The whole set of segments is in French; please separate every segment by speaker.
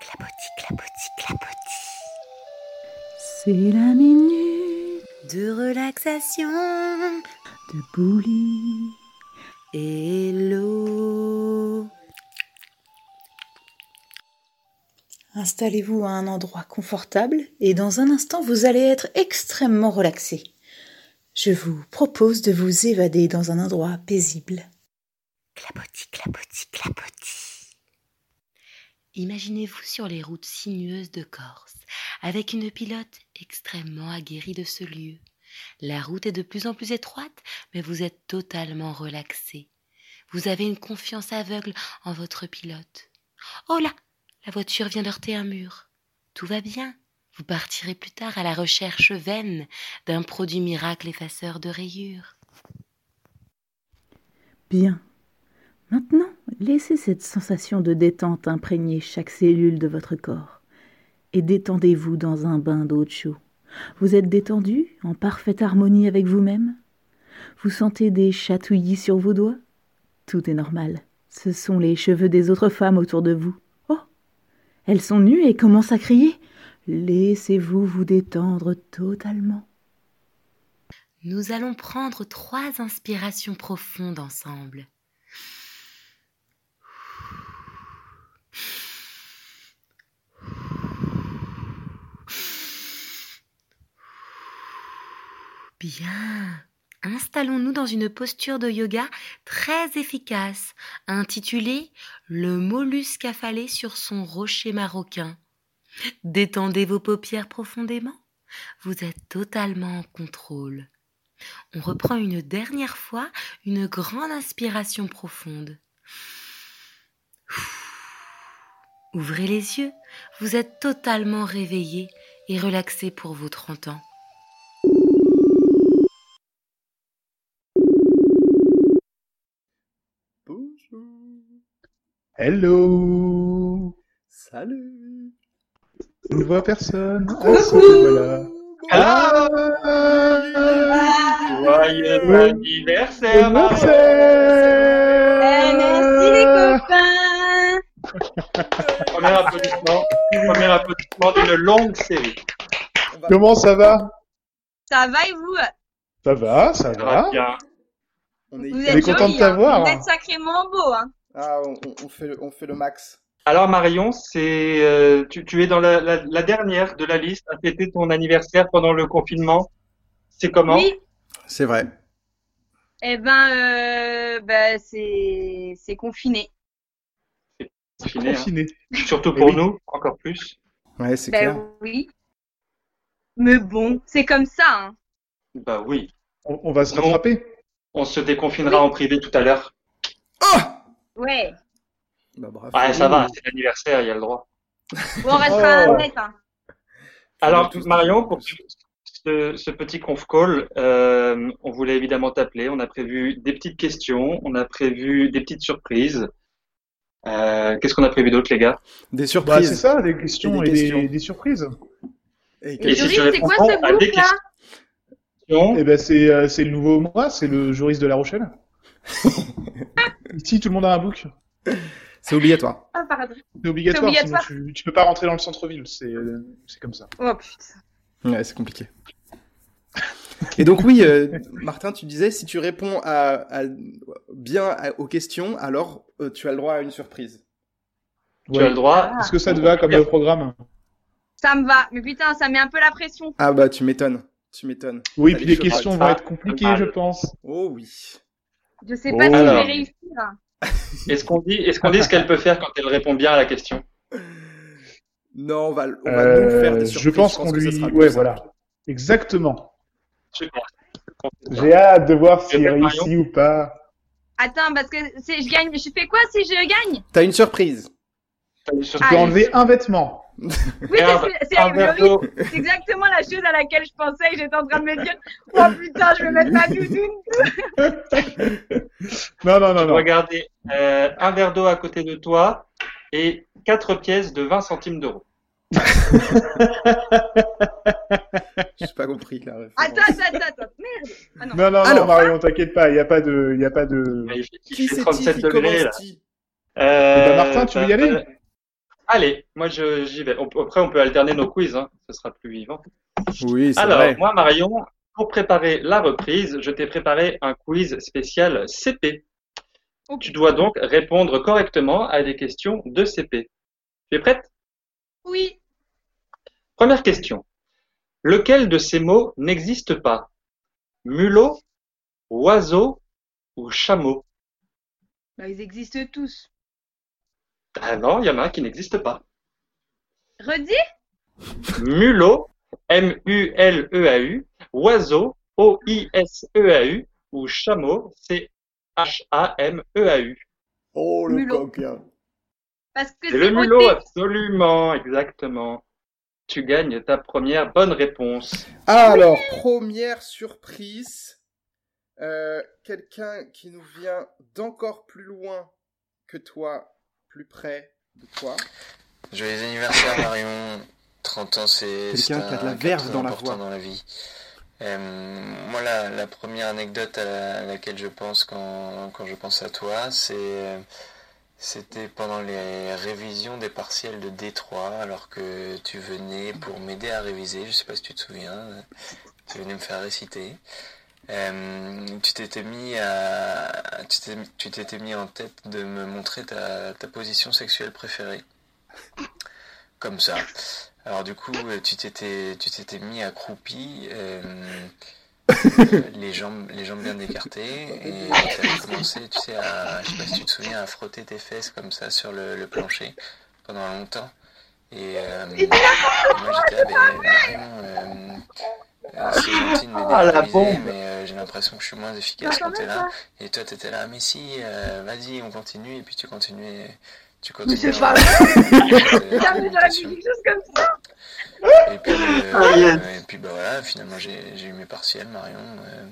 Speaker 1: clapoti, clapoti, clapoti.
Speaker 2: C'est la minute
Speaker 1: De relaxation
Speaker 2: de Bouli.
Speaker 1: Hello
Speaker 2: Installez-vous à un endroit confortable et dans un instant vous allez être extrêmement relaxé. Je vous propose de vous évader dans un endroit paisible.
Speaker 1: Clapoti, clapoti, clapoti.
Speaker 3: Imaginez-vous sur les routes sinueuses de Corse, avec une pilote extrêmement aguerrie de ce lieu. La route est de plus en plus étroite, mais vous êtes totalement relaxé. Vous avez une confiance aveugle en votre pilote. Oh là La voiture vient d'heurter un mur. Tout va bien. Vous partirez plus tard à la recherche vaine d'un produit miracle effaceur de rayures.
Speaker 2: Bien. Maintenant, laissez cette sensation de détente imprégner chaque cellule de votre corps et détendez-vous dans un bain d'eau de chaud. Vous êtes détendu, en parfaite harmonie avec vous-même Vous sentez des chatouillis sur vos doigts Tout est normal. Ce sont les cheveux des autres femmes autour de vous. Oh Elles sont nues et commencent à crier. Laissez-vous vous détendre totalement.
Speaker 3: Nous allons prendre trois inspirations profondes ensemble. Bien. Installons-nous dans une posture de yoga très efficace, intitulée Le mollusque affalé sur son rocher marocain. Détendez vos paupières profondément. Vous êtes totalement en contrôle. On reprend une dernière fois une grande inspiration profonde. Ouvrez les yeux, vous êtes totalement réveillé et relaxé pour vos 30 ans.
Speaker 4: Bonjour.
Speaker 5: Hello
Speaker 4: Salut.
Speaker 5: Je ne vois personne. Ah, si, voilà.
Speaker 6: Ah.
Speaker 5: Ah.
Speaker 6: Joyeux
Speaker 5: Ouais.
Speaker 1: Eh,
Speaker 6: anniversaire, maman.
Speaker 5: Euh.
Speaker 1: merci les copains
Speaker 6: Premier applaudissement. Premier applaudissement d'une longue série.
Speaker 4: Bah,
Speaker 5: Comment ça va
Speaker 1: Ça va et vous
Speaker 5: Ça va, ça
Speaker 6: Ça va
Speaker 5: va.
Speaker 6: bien.
Speaker 4: On est
Speaker 1: Vous
Speaker 5: On est
Speaker 1: êtes
Speaker 5: content de
Speaker 1: jolis, hein.
Speaker 5: t'avoir.
Speaker 1: Vous êtes sacrément beaux, hein
Speaker 4: Ah, on, on- on fait, on fait le max.
Speaker 6: Alors Marion, c'est euh, tu, tu es dans la, la- la dernière de la liste à fêter ton anniversaire pendant le confinement. C'est comment
Speaker 1: Oui
Speaker 4: C'est vrai.
Speaker 1: Eh ben, euh, bah, c'est c'est confiné.
Speaker 6: Confiné, hein.
Speaker 5: Confiné.
Speaker 6: Surtout pour
Speaker 5: Oui.
Speaker 6: nous, encore plus.
Speaker 4: Ouais, c'est
Speaker 1: Ben
Speaker 4: clair.
Speaker 1: oui. Mais bon, c'est comme ça, hein.
Speaker 6: Bah oui.
Speaker 5: On, on va se
Speaker 6: Non.
Speaker 5: rattraper.
Speaker 6: On se déconfinera en privé tout à l'heure.
Speaker 1: Ouais.
Speaker 4: Bah, bravo.
Speaker 6: Ouais, ça va, c'est l'anniversaire, il y a le droit.
Speaker 1: Bon, on restera
Speaker 5: Oh.
Speaker 1: net, hein.
Speaker 6: Alors,
Speaker 4: Tous-
Speaker 6: Marion, pour ce, ce petit conf call, euh, on voulait évidemment t'appeler. On a prévu des petites questions, on a prévu des petites surprises. Euh, Qu'est-ce qu'on a prévu d'autre, les gars
Speaker 4: Des
Speaker 5: Bah, c'est
Speaker 4: surprises.
Speaker 5: ça, des questions
Speaker 4: Et des
Speaker 5: et des,
Speaker 4: questions.
Speaker 5: des surprises.
Speaker 4: Et
Speaker 1: Et
Speaker 4: quelques-
Speaker 1: Joris, c'est quoi ce
Speaker 6: à des
Speaker 1: groupe, là
Speaker 6: questions,
Speaker 5: Eh ben, c'est euh, c'est le nouveau moi, c'est le juriste de La Rochelle. Ici, tout le monde a un book.
Speaker 4: C'est obligatoire.
Speaker 1: Ah, pardon.
Speaker 5: C'est obligatoire,
Speaker 1: C'est obligatoire.
Speaker 5: sinon tu, tu peux pas rentrer dans le centre-ville. C'est euh, c'est comme ça.
Speaker 1: Oh putain.
Speaker 4: Ouais, c'est compliqué. Et donc oui, euh, Martin, tu disais, si tu réponds à, à- bien à- aux questions, alors euh, tu as le droit à une surprise.
Speaker 6: tu as
Speaker 5: Ouais.
Speaker 6: le droit.
Speaker 5: Est-ce que ça te va comme euh, programme
Speaker 1: Ça me va. Mais putain, ça met un peu la pression.
Speaker 4: Ah bah tu m'étonnes, tu m'étonnes.
Speaker 5: Oui,
Speaker 4: Allez,
Speaker 5: puis les
Speaker 4: je
Speaker 5: questions
Speaker 4: rate
Speaker 5: vont
Speaker 6: ça.
Speaker 5: être compliquées, je pense.
Speaker 4: Oh oui.
Speaker 1: Je sais pas
Speaker 5: Oh.
Speaker 1: si je vais
Speaker 6: Alors.
Speaker 1: réussir. hein.
Speaker 6: Est-ce qu'on dit, est-ce qu'on dit ce qu'elle peut faire quand elle répond bien à la question
Speaker 4: Non, on va, on va nous
Speaker 5: Euh,
Speaker 4: faire des surprises.
Speaker 5: je pense qu'on
Speaker 4: que ça
Speaker 5: lui.
Speaker 4: sera
Speaker 5: Ouais,
Speaker 4: plus
Speaker 5: voilà.
Speaker 4: simple.
Speaker 5: Exactement.
Speaker 6: Super.
Speaker 5: J'ai hâte de voir
Speaker 6: Et
Speaker 5: s'il
Speaker 6: ben, Marion
Speaker 5: réussit ou pas.
Speaker 1: Attends, parce que c'est- je gagne. Je fais quoi si je gagne
Speaker 4: T'as une surprise.
Speaker 5: Tu peux
Speaker 1: Allez.
Speaker 5: enlever un vêtement.
Speaker 1: Oui,
Speaker 6: Merde,
Speaker 1: c'est- c'est
Speaker 6: un verre
Speaker 1: Joris,
Speaker 6: d'eau.
Speaker 1: c'est exactement la chose à laquelle je pensais et j'étais en train de me dire Oh putain, je vais mettre ma doudoune.
Speaker 5: Non, non, non, non.
Speaker 6: Regardez, euh, un verre d'eau à côté de toi et quatre pièces de 20 centimes d'euros.
Speaker 4: J'ai pas compris la référence.
Speaker 1: Attends, attends, attends, attends. Merde. Ah non.
Speaker 5: Non, non, non,
Speaker 4: Alors-
Speaker 5: Marion, t'inquiète pas, il n'y a pas de. Il y a pas de...
Speaker 6: Il fait- il
Speaker 4: Qui
Speaker 6: fait
Speaker 4: c'est-il
Speaker 6: 37
Speaker 4: Qui
Speaker 6: degrés là.
Speaker 4: commence-t-il
Speaker 6: Euh,
Speaker 5: Eh ben, Martin, tu veux y aller
Speaker 6: euh, Allez, moi je- j'y vais. On- Après, on peut alterner nos quiz, hein. ce sera plus vivant.
Speaker 4: Oui, c'est
Speaker 6: Alors,
Speaker 4: vrai.
Speaker 6: moi, Marion, pour préparer la reprise, je t'ai préparé un quiz spécial CP.
Speaker 1: Ok.
Speaker 6: Tu dois donc répondre correctement à des questions de CP. Tu es prête?
Speaker 1: Oui,
Speaker 6: Première question. Lequel de ces mots n'existe pas? Mulot, oiseau ou chameau?
Speaker 1: bah, ils existent tous.
Speaker 6: Ah non, il y en a un qui n'existe pas.
Speaker 1: Redis
Speaker 6: Mulot, M-U-L-E-A-U, E oiseau, O-I-S-E-A-U, E ou chameau, C-H-A-M-E-A-U.
Speaker 4: Oh, le
Speaker 1: Mulot.
Speaker 4: coq. hein.
Speaker 1: Parce que
Speaker 6: C'est le
Speaker 1: c'est
Speaker 6: mulot,
Speaker 1: OT.
Speaker 6: absolument, exactement. Tu gagnes ta première bonne réponse.
Speaker 4: Ah, Alors, première surprise. Euh, Quelqu'un qui nous vient d'encore plus loin que toi, plus près de toi.
Speaker 7: Joyeux anniversaire Marion, 30 ans c'est
Speaker 4: Quelqu'un
Speaker 7: c'est
Speaker 4: qui a de la
Speaker 7: un
Speaker 4: verve
Speaker 7: carton
Speaker 4: dans la
Speaker 7: important
Speaker 4: voix.
Speaker 7: dans la vie. Euh, moi la, la première anecdote à, la- à laquelle je pense quand, quand je pense à toi, c'est euh, c'était pendant les révisions des partiels de D3 alors que tu venais pour m'aider à réviser, je sais pas si tu te souviens, euh, tu venais me faire réciter. Euh, tu t'étais mis à tu t'es- tu t'étais mis en tête de me montrer ta, ta position sexuelle préférée. Comme ça. Alors du coup, euh, tu t'étais, tu t'étais mis accroupi, euh, euh, les jambes, les jambes bien écartées, et t'avais commencé, tu sais, à, je sais pas si tu te souviens, à frotter tes fesses comme ça sur le, le plancher pendant longtemps. Et euh, moi j'étais, ah, ben, Marion, euh, euh, c'est gentil de m'aider à
Speaker 6: Ah, la
Speaker 7: réviser,
Speaker 6: bombe.
Speaker 7: mais euh, j'ai l'impression que je suis moins efficace quand t'es
Speaker 6: hein.
Speaker 7: là. Et toi t'étais là, mais si, euh, vas-y, on continue, et puis tu continuais, tu continuais.
Speaker 1: c'est pas
Speaker 6: hein.
Speaker 7: en-
Speaker 1: Putain, mais J'aurais
Speaker 7: Attention.
Speaker 1: dit quelque chose comme ça.
Speaker 7: Et puis, euh,
Speaker 6: Ah, yes.
Speaker 7: euh, et puis bah voilà, finalement j'ai j'ai eu mes partiels, Marion. euh,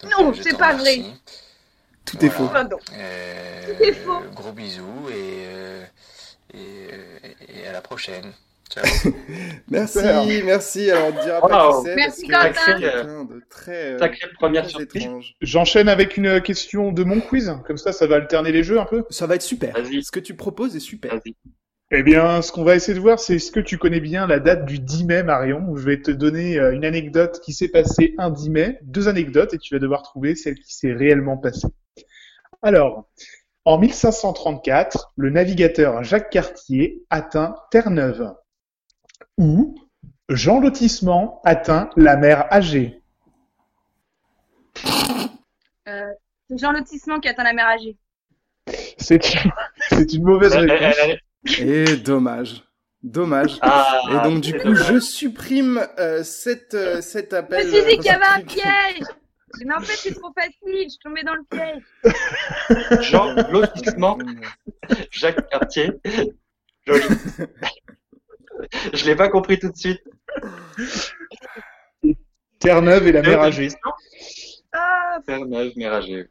Speaker 7: donc,
Speaker 1: Non,
Speaker 7: euh, je
Speaker 1: c'est
Speaker 7: t'en
Speaker 1: pas
Speaker 7: remercie.
Speaker 1: vrai.
Speaker 4: Tout est
Speaker 7: Voilà.
Speaker 4: faux.
Speaker 1: Pardon.
Speaker 7: Euh,
Speaker 1: C'est faux.
Speaker 7: Gros bisous et, euh, et, euh, et à la prochaine. Ciao.
Speaker 4: Merci,
Speaker 5: Super.
Speaker 4: merci. Alors, on ne dira pas
Speaker 6: Wow.
Speaker 4: qui c'est
Speaker 1: Merci,
Speaker 4: parce que
Speaker 6: Quentin.
Speaker 4: c'est quelqu'un de très, euh,
Speaker 6: Sacrée première
Speaker 4: très
Speaker 6: surprise.
Speaker 4: étrange.
Speaker 5: J'enchaîne avec une question de mon quiz, comme ça, ça va alterner les jeux un peu.
Speaker 4: Ça va être super.
Speaker 6: Vas-y.
Speaker 4: Ce que tu proposes est super.
Speaker 6: Vas-y.
Speaker 5: Eh bien, ce qu'on va essayer de voir, c'est est-ce que tu connais bien la date du 10 mai, Marion où Je vais te donner euh, une anecdote qui s'est passée un 10 mai, deux anecdotes, et tu vas devoir trouver celle qui s'est réellement passée. Alors, en 1534, le navigateur Jacques Cartier atteint Terre-Neuve, où Jean Lotissement atteint la mer Agée.
Speaker 1: Euh, C'est Jean Lotissement qui atteint la mer Agée.
Speaker 5: C'est une... c'est une mauvaise
Speaker 6: Elle- elle-
Speaker 5: réponse.
Speaker 6: elle-
Speaker 4: Et dommage. Dommage.
Speaker 6: euh, Ah,
Speaker 4: Et donc, du
Speaker 6: c'est
Speaker 4: coup,
Speaker 6: dommage.
Speaker 4: je supprime euh, cette, euh, cet
Speaker 1: Je me suis
Speaker 4: appel.
Speaker 1: dit
Speaker 4: euh,
Speaker 1: qu'il y avait un
Speaker 4: restrictif.
Speaker 1: piège. Mais en fait, c'est trop facile. Je suis tombée dans le piège.
Speaker 6: Jean Lotissement, Jacques Cartier. Joli. Je l'ai pas compris tout de suite.
Speaker 5: Terre-Neuve et la mer
Speaker 6: Deuxième
Speaker 5: Agée.
Speaker 6: question.
Speaker 1: Ah,
Speaker 6: Terre-Neuve, mer Agée.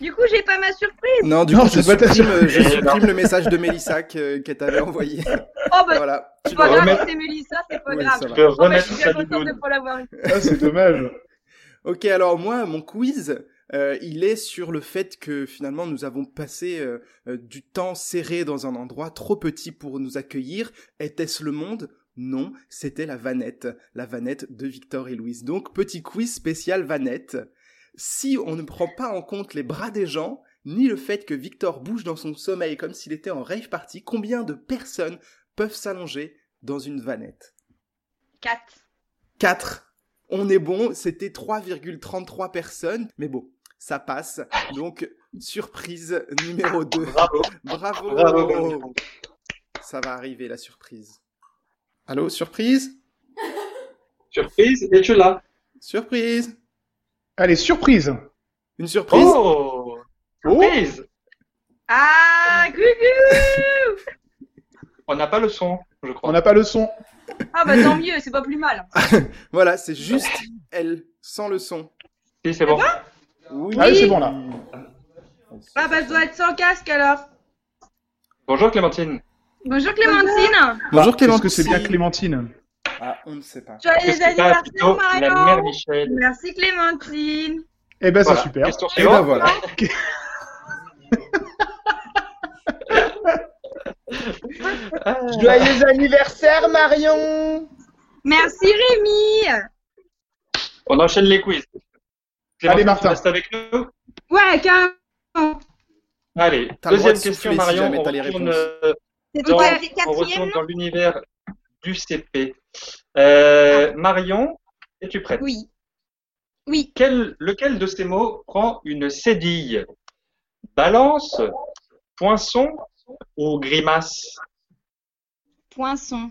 Speaker 1: du coup, j'ai pas ma surprise.
Speaker 4: Non, du
Speaker 5: Non,
Speaker 4: coup, je
Speaker 5: c'est pas ta
Speaker 4: supprime, euh, je
Speaker 6: Eh, non.
Speaker 4: supprime le message de Mélissa que- qu'elle t'avait envoyé.
Speaker 1: Oh, bah,
Speaker 4: voilà.
Speaker 1: c'est pas
Speaker 6: dois
Speaker 1: grave,
Speaker 6: remettre-
Speaker 1: c'est Mélissa, c'est pas
Speaker 4: Oui,
Speaker 1: grave.
Speaker 4: ça
Speaker 6: Je
Speaker 4: va.
Speaker 6: peux
Speaker 1: Oh, bah, je
Speaker 6: remettre
Speaker 1: suis bien
Speaker 6: ça du
Speaker 1: contente de
Speaker 6: doute.
Speaker 1: ne pas l'avoir eu.
Speaker 5: Ah, c'est dommage.
Speaker 4: Ok, alors moi, mon quiz, euh, il est sur le fait que finalement nous avons passé euh, euh, du temps serré dans un endroit trop petit pour nous accueillir. Était-ce le monde Non, c'était la Vanette, la Vanette de Victor et Louise. Donc petit quiz spécial Vanette. Si on ne prend pas en compte les bras des gens, ni le fait que Victor bouge dans son sommeil comme s'il était en rave party, combien de personnes peuvent s'allonger dans une Vanette
Speaker 1: 4.
Speaker 4: 4. On est bon, c'était 3,33 personnes, mais bon, ça passe. Donc, surprise numéro 2.
Speaker 6: Bravo.
Speaker 4: Bravo.
Speaker 6: Bravo. bravo.
Speaker 4: Ça va arriver, la surprise. Allô, surprise
Speaker 6: Surprise, et tu l'as.
Speaker 4: Surprise
Speaker 5: Allez, surprise.
Speaker 4: Une surprise
Speaker 6: Oh! Surprise!
Speaker 1: Ah, gugu
Speaker 6: On n'a pas le son, je crois.
Speaker 5: On n'a pas le son.
Speaker 1: Ah, bah tant mieux, c'est pas plus mal.
Speaker 4: Voilà, c'est juste elle, sans le son.
Speaker 6: Si, c'est bon.
Speaker 4: Oui,
Speaker 5: Ah oui, c'est bon, là.
Speaker 1: Ah, bah, je dois être sans casque alors.
Speaker 6: Bonjour Clémentine.
Speaker 1: Bonjour Clémentine.
Speaker 4: Bonjour
Speaker 5: Bah, Est-ce
Speaker 4: Clémentine.
Speaker 5: que c'est bien Clémentine
Speaker 4: Ah, on ne sait pas.
Speaker 8: Eh
Speaker 1: Tu as
Speaker 6: Qu'est-ce
Speaker 1: les
Speaker 8: ben,
Speaker 6: qui passe plutôt
Speaker 1: anniversaires,
Speaker 6: la mère
Speaker 1: Marion.
Speaker 6: Michel?
Speaker 1: Merci Clémentine.
Speaker 5: Eh ben,
Speaker 6: Voilà,
Speaker 5: c'est super.
Speaker 6: Question
Speaker 4: Et ben
Speaker 6: suivante.
Speaker 4: voilà.
Speaker 9: Joyeux anniversaire, Marion
Speaker 8: Merci Rémi
Speaker 6: On enchaîne les quiz.
Speaker 5: Allez,
Speaker 6: Clémentine,
Speaker 5: Martin.
Speaker 6: tu restes avec nous
Speaker 8: Ouais, carrément.
Speaker 6: Allez,
Speaker 4: T'as le droit
Speaker 6: deuxième
Speaker 4: de
Speaker 6: question,
Speaker 4: souffler si
Speaker 6: Marion.
Speaker 4: jamais
Speaker 6: on,
Speaker 4: t'as les
Speaker 6: retourne,
Speaker 4: réponses.
Speaker 6: euh,
Speaker 8: C'est
Speaker 6: dans,
Speaker 8: toi la
Speaker 6: on
Speaker 8: quatrième
Speaker 6: retourne dans l'univers du CP. Euh, Marion, es-tu prête
Speaker 8: Oui. Oui.
Speaker 6: Quel- Lequel de ces mots prend une cédille Balance, poinçon ou grimace
Speaker 8: Poinçon.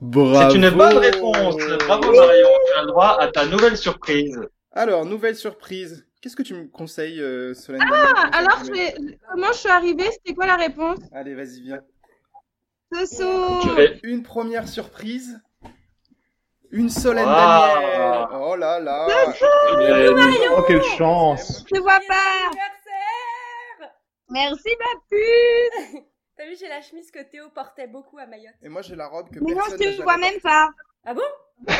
Speaker 4: Bravo.
Speaker 6: C'est une bonne réponse. Bravo Marion, tu as le droit à ta nouvelle surprise.
Speaker 4: Alors, nouvelle surprise. Qu'est-ce que tu me conseilles, euh, Solène
Speaker 8: Ah,
Speaker 4: Daniel
Speaker 8: alors, c'est- comment je suis arrivée C'était quoi la réponse
Speaker 4: Allez, vas-y, viens.
Speaker 6: Tu
Speaker 8: Soso
Speaker 6: fais-
Speaker 4: Une première surprise. Une Solène
Speaker 6: Waouh.
Speaker 4: Daniel. Oh là là.
Speaker 6: Euh,
Speaker 5: Oh, quelle chance.
Speaker 8: Je te vois pas
Speaker 10: anniversaire
Speaker 8: Merci ma puce
Speaker 10: T'as vu, j'ai la chemise que Théo portait beaucoup à Mayotte.
Speaker 4: Et moi, j'ai la robe que
Speaker 8: Mais non,
Speaker 4: personne
Speaker 8: je
Speaker 4: n'a
Speaker 8: te
Speaker 4: jamais
Speaker 8: vois même pas
Speaker 10: Ah bon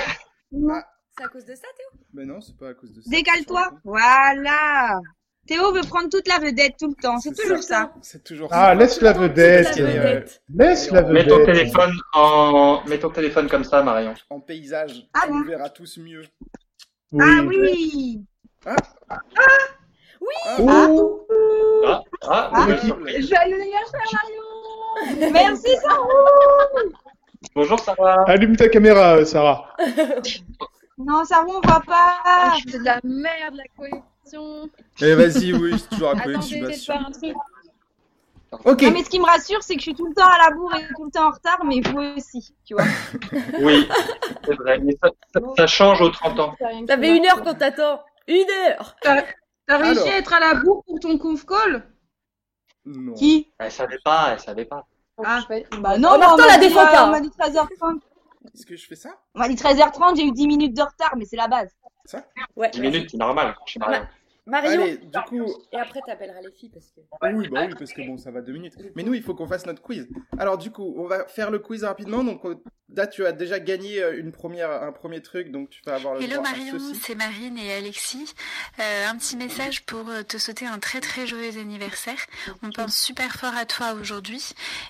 Speaker 8: Non.
Speaker 10: C'est à cause de ça, Théo
Speaker 4: Mais non, c'est pas à cause de ça.
Speaker 8: Décale-toi Voilà Théo veut prendre toute la vedette tout le temps, c'est
Speaker 4: C'est
Speaker 8: toujours ça.
Speaker 4: C'est toujours
Speaker 5: Ah,
Speaker 4: ça.
Speaker 5: laisse la vedette.
Speaker 10: La vedette.
Speaker 5: Laisse la
Speaker 6: Mets ton
Speaker 5: vedette.
Speaker 6: téléphone en, mets ton téléphone comme ça, Marion.
Speaker 4: En paysage,
Speaker 8: Ah
Speaker 4: on
Speaker 8: bon
Speaker 4: verra tous mieux.
Speaker 8: Ah oui Ah.
Speaker 5: Oh,
Speaker 6: Ah, ah,
Speaker 8: Ah.
Speaker 6: nouvelle surprise.
Speaker 8: Joyeux anniversaire Mario Merci Sarah
Speaker 6: Bonjour Sarah.
Speaker 5: Allume ta caméra, euh, Sarah.
Speaker 8: Non Sarah on voit pas
Speaker 11: Ah, C'est de la merde, la collection.
Speaker 4: Eh vas-y, oui, c'est toujours à
Speaker 11: Attends,
Speaker 4: côté,
Speaker 11: je vais
Speaker 4: je
Speaker 11: essayer de
Speaker 4: suis pas
Speaker 11: faire un truc.
Speaker 4: Ok,
Speaker 8: Non, mais ce qui me rassure, c'est que je suis tout le temps à la bourre et tout le temps en retard, mais vous aussi, tu vois.
Speaker 6: Oui, c'est vrai. Mais ça, ça- ça change aux 30 ans.
Speaker 10: T'avais une heure qu'on t'attend. Une heure
Speaker 11: T'as réussi
Speaker 4: Alors.
Speaker 11: à être à la bourre pour ton conf call
Speaker 4: non.
Speaker 8: Qui
Speaker 6: Elle savait pas, elle savait pas.
Speaker 11: Ah.
Speaker 8: Bah non,
Speaker 10: Oh, Martin,
Speaker 8: on m'a
Speaker 10: la
Speaker 8: dit,
Speaker 10: défend
Speaker 8: euh,
Speaker 10: pas.
Speaker 8: On m'a dit 13h30.
Speaker 4: Est-ce que je fais ça
Speaker 8: On m'a dit 13h30, j'ai eu 10 minutes de retard, mais c'est la base.
Speaker 10: Ouais.
Speaker 6: 10 minutes, c'est normal. Je suis Marion.
Speaker 10: Marion.
Speaker 4: Allez, du coup,
Speaker 10: Et après, t'appelleras les filles parce que.
Speaker 4: oui, bah oui, parce que bon, ça va deux minutes. Mais nous, il faut qu'on fasse notre quiz. Alors du coup, on va faire le quiz rapidement. Donc euh, là, tu as déjà gagné euh, une première, un premier truc, donc tu vas avoir le
Speaker 12: Hello
Speaker 4: droit à
Speaker 12: Marion,
Speaker 4: ceci.
Speaker 12: c'est Marine et Alexis. Euh, un petit message pour euh, te souhaiter un très très joyeux anniversaire. On pense super fort à toi aujourd'hui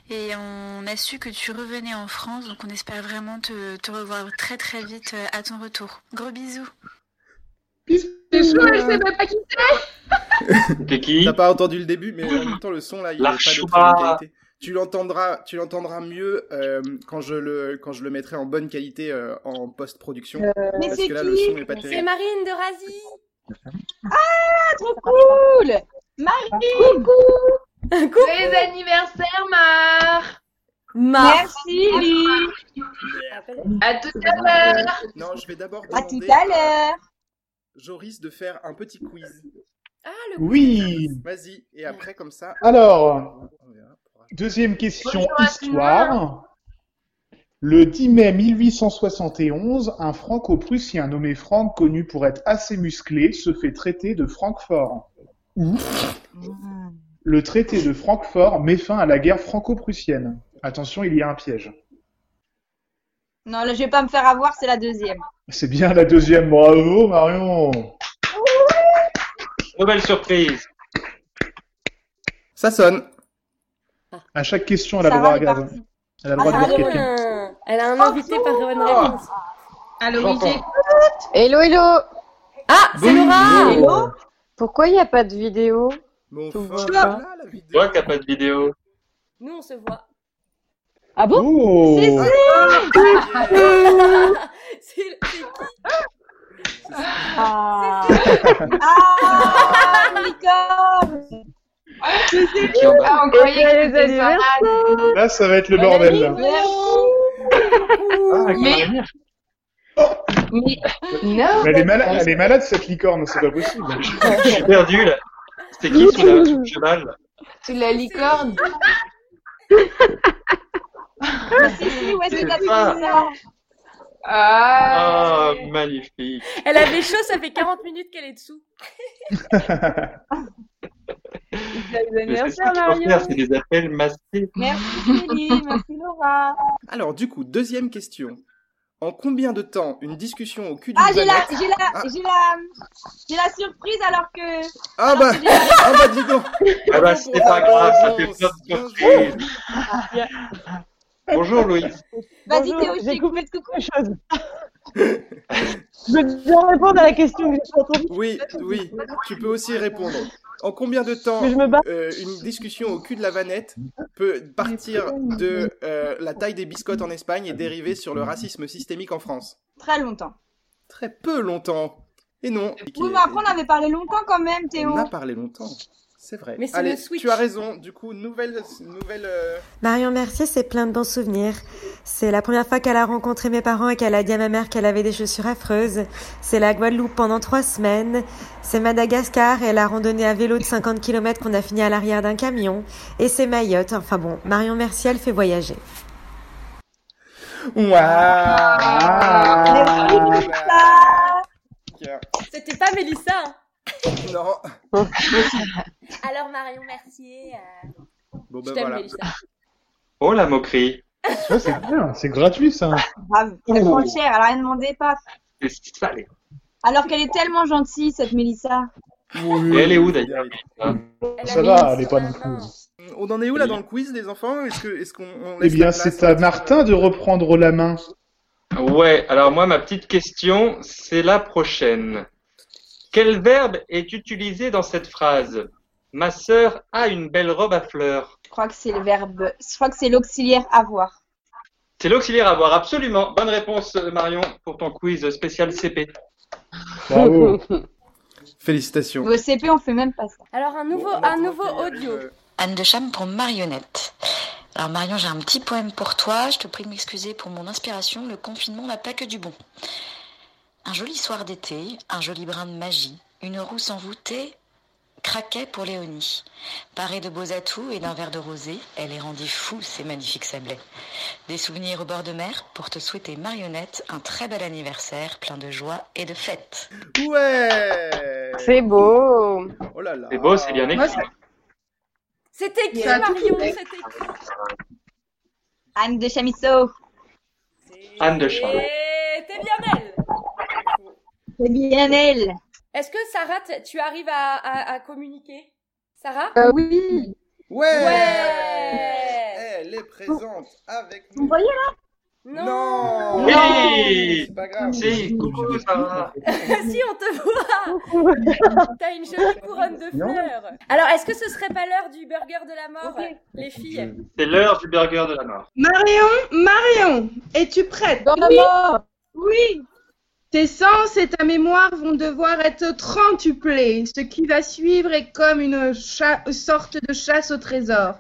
Speaker 12: et on a su que tu revenais en France, donc on espère vraiment te, te revoir très très vite euh, à ton retour. Gros bisous.
Speaker 11: C'est chaud, elle sait même pas qui c'est.
Speaker 6: C'est qui
Speaker 4: T'as pas entendu le début, mais en même temps, le son là, il est pas de très
Speaker 6: L'archoua.
Speaker 4: bonne qualité. Tu l'entendras, tu l'entendras mieux euh, quand je le quand je le mettrai en bonne qualité euh, en post-production.
Speaker 8: mais
Speaker 4: Euh, Parce
Speaker 8: c'est
Speaker 4: que
Speaker 8: qui
Speaker 4: là, le son n'est pas
Speaker 10: C'est
Speaker 4: terrible.
Speaker 10: Marine de Razi.
Speaker 8: Ah, trop cool Marie
Speaker 11: Joyeux anniversaire, Mar.
Speaker 8: Ah.
Speaker 10: Mar.
Speaker 8: Merci Lily.
Speaker 11: À tout à l'heure.
Speaker 4: Non, je vais d'abord
Speaker 8: Ah. À tout
Speaker 4: demander
Speaker 8: à l'heure
Speaker 4: Joris de faire un petit quiz.
Speaker 10: Ah, le
Speaker 5: Oui.
Speaker 4: Vas-y, et après comme ça.
Speaker 5: Alors,
Speaker 4: on verra.
Speaker 5: deuxième question
Speaker 11: Bonjour à tout le
Speaker 5: histoire. Le 10 mai 1871, un franco-prussien nommé Franck, connu pour être assez musclé, se fait traiter de Francfort. Le traité de Francfort met fin à la guerre franco-prussienne. Attention, il y a un piège.
Speaker 8: Non, là, je vais pas me faire avoir, c'est la deuxième.
Speaker 5: C'est bien la deuxième. Bravo, Marion.
Speaker 6: Nouvelle surprise.
Speaker 4: Ça sonne.
Speaker 5: À chaque question, elle a le
Speaker 8: Sarah
Speaker 5: droit,
Speaker 8: est
Speaker 5: de-
Speaker 8: partie.
Speaker 5: elle a le droit de
Speaker 8: Ah,
Speaker 5: dire
Speaker 8: Marion.
Speaker 5: quelqu'un.
Speaker 10: Elle a un invité par bonne réponse.
Speaker 11: Allô,
Speaker 6: J'entends.
Speaker 11: Olivier.
Speaker 13: Hello, hello
Speaker 10: Ah, c'est Laura.
Speaker 8: Hello
Speaker 13: Pourquoi il n'y a pas de vidéo
Speaker 4: Bon,
Speaker 13: Tout
Speaker 4: enfin,
Speaker 13: va.
Speaker 4: voilà la
Speaker 6: Tu vois
Speaker 4: vidéo.
Speaker 6: qu'il n'y a pas de vidéo.
Speaker 10: Nous, on se voit.
Speaker 13: Ah bon
Speaker 5: Oh
Speaker 10: C'est le- c'est qui
Speaker 8: Ah, ah licorne
Speaker 6: Qui en a
Speaker 11: Ah, on croyait que
Speaker 13: Joyeux
Speaker 11: c'était Sarah.
Speaker 5: Là, ça va être le bordel. là.
Speaker 6: Ah, qui
Speaker 11: Mais-
Speaker 6: en a
Speaker 11: Mais non.
Speaker 5: Mais Elle est malade, elle est malade cette licorne, c'est pas possible.
Speaker 6: Je suis perdu là. C'est qui sous la sous le cheval
Speaker 11: Sous la licorne.
Speaker 8: C'est qui Où est-ce que t'as
Speaker 6: C'est
Speaker 8: trouvé
Speaker 6: ça.
Speaker 8: ça
Speaker 11: Ah.
Speaker 6: Ah, magnifique.
Speaker 10: Elle avait chaud, ça fait 40 minutes qu'elle est dessous.
Speaker 11: Joyeux
Speaker 6: Mais C'est
Speaker 11: anniversaire,
Speaker 6: ça qu'il faut
Speaker 11: Marion.
Speaker 6: faire, c'est des appels masqués.
Speaker 8: Merci Lily, merci Laura.
Speaker 4: Alors, du coup, deuxième question. En combien de temps une discussion au cul d'une
Speaker 1: Ah, j'ai la,
Speaker 4: vanette-
Speaker 1: j'ai la,
Speaker 4: Ah.
Speaker 1: j'ai la, j'ai la surprise alors que.
Speaker 4: Ah bah, ah bah dis donc
Speaker 6: Ah bah, c'est pas grave, ça fait pas de surprise. Bonjour Louise.
Speaker 1: Vas-y,
Speaker 14: Bonjour,
Speaker 1: Théo, je
Speaker 14: j'ai
Speaker 1: t'écoute.
Speaker 14: coupé quelque chose. Je veux bien répondre à la question que j'ai pas entendue.
Speaker 4: Oui, oui, tu peux aussi répondre. En combien de temps euh, une discussion au cul de la vanette peut partir de euh, la taille des biscottes en Espagne et dériver sur le racisme systémique en France
Speaker 1: Très longtemps.
Speaker 4: Très peu longtemps. Et non.
Speaker 1: Oui, mais après, on avait parlé longtemps quand même, Théo.
Speaker 4: On a parlé longtemps. C'est vrai.
Speaker 1: Mais c'est
Speaker 4: Allez,
Speaker 1: le switch.
Speaker 4: tu as raison. Du coup, nouvelle, nouvelle euh,
Speaker 15: Marion Mercier, c'est plein de bons souvenirs. C'est la première fois qu'elle a rencontré mes parents et qu'elle a dit à ma mère qu'elle avait des chaussures affreuses. C'est la Guadeloupe pendant trois semaines. C'est Madagascar et la randonnée à vélo de 50 km qu'on a fini à l'arrière d'un camion. Et c'est Mayotte. Enfin bon, Marion Mercier, elle fait voyager.
Speaker 8: C'était pas Mélissa. hein.
Speaker 4: Non.
Speaker 8: Alors Marion Mercier. euh,
Speaker 4: Bon
Speaker 8: je
Speaker 4: bah
Speaker 8: t'aime
Speaker 4: voilà.
Speaker 8: Mélissa.
Speaker 6: Oh la moquerie.
Speaker 5: c'est bien, c'est gratuit ça.
Speaker 1: Brave. Elle prend cher, elle a rien demandé, paf.
Speaker 6: C'est salé.
Speaker 1: Alors qu'elle est tellement gentille, cette Mélissa.
Speaker 6: Et elle est où d'ailleurs
Speaker 5: Ça va, elle est pas non plus.
Speaker 4: On en est où là dans le quiz, les enfants Est-ce que, est-ce qu'on on
Speaker 5: Eh
Speaker 4: laisse
Speaker 5: bien,
Speaker 4: la place
Speaker 5: c'est à Martin de reprendre la main.
Speaker 6: Ouais, alors moi, ma petite question, c'est la prochaine. Quel verbe est utilisé dans cette phrase Ma sœur a une belle robe à fleurs.
Speaker 1: Je crois que c'est le verbe. Je crois que c'est l'auxiliaire avoir.
Speaker 6: C'est l'auxiliaire à voir, absolument. Bonne réponse, Marion, pour ton quiz spécial CP.
Speaker 4: Bravo. Félicitations.
Speaker 1: Mais au CP, on fait même pas ça.
Speaker 8: Alors un nouveau, un nouveau
Speaker 4: euh,
Speaker 8: audio.
Speaker 16: Anne de Cham pour Marionnette. Alors Marion, j'ai un petit poème pour toi. Je te prie de m'excuser pour mon inspiration. Le confinement n'a pas que du bon. Un joli soir d'été, un joli brin de magie, une rousse envoûtée craquait pour Léonie. Parée de beaux atouts et d'un verre de rosé, elle les rendit fous, ces magnifiques sablés. Des souvenirs au bord de mer pour te souhaiter, Marionnette, un très bel anniversaire plein de joie et de fêtes.
Speaker 4: Ouais
Speaker 17: C'est beau.
Speaker 4: Oh là là.
Speaker 6: C'est beau, c'est bien écrit.
Speaker 8: C'était qui
Speaker 1: Ça a tout
Speaker 8: Marion
Speaker 1: coupé.
Speaker 8: C'était qui
Speaker 1: Anne de Chamisso.
Speaker 6: Anne de Cham.
Speaker 8: Et t'es bien belle.
Speaker 1: C'est bien elle.
Speaker 8: Est-ce que Sarah, t- tu arrives à, à- à communiquer Sarah
Speaker 1: oui.
Speaker 4: Ouais.
Speaker 8: Ouais.
Speaker 4: Elle est présente avec
Speaker 1: Vous voyez là
Speaker 8: Non.
Speaker 6: Oui
Speaker 4: C'est pas grave.
Speaker 6: Si, coucou, Sarah.
Speaker 8: si on te voit T'as une jolie couronne de
Speaker 6: Non.
Speaker 8: fleurs Alors est-ce que ce serait pas l'heure du burger de la mort Les filles
Speaker 6: C'est l'heure du burger de la mort.
Speaker 12: Marion, Marion, es-tu prête
Speaker 17: Dans la mort.
Speaker 12: Oui. Tes sens et ta mémoire vont devoir être trentuplés. Ce qui va suivre est comme une cha- sorte de chasse au trésor.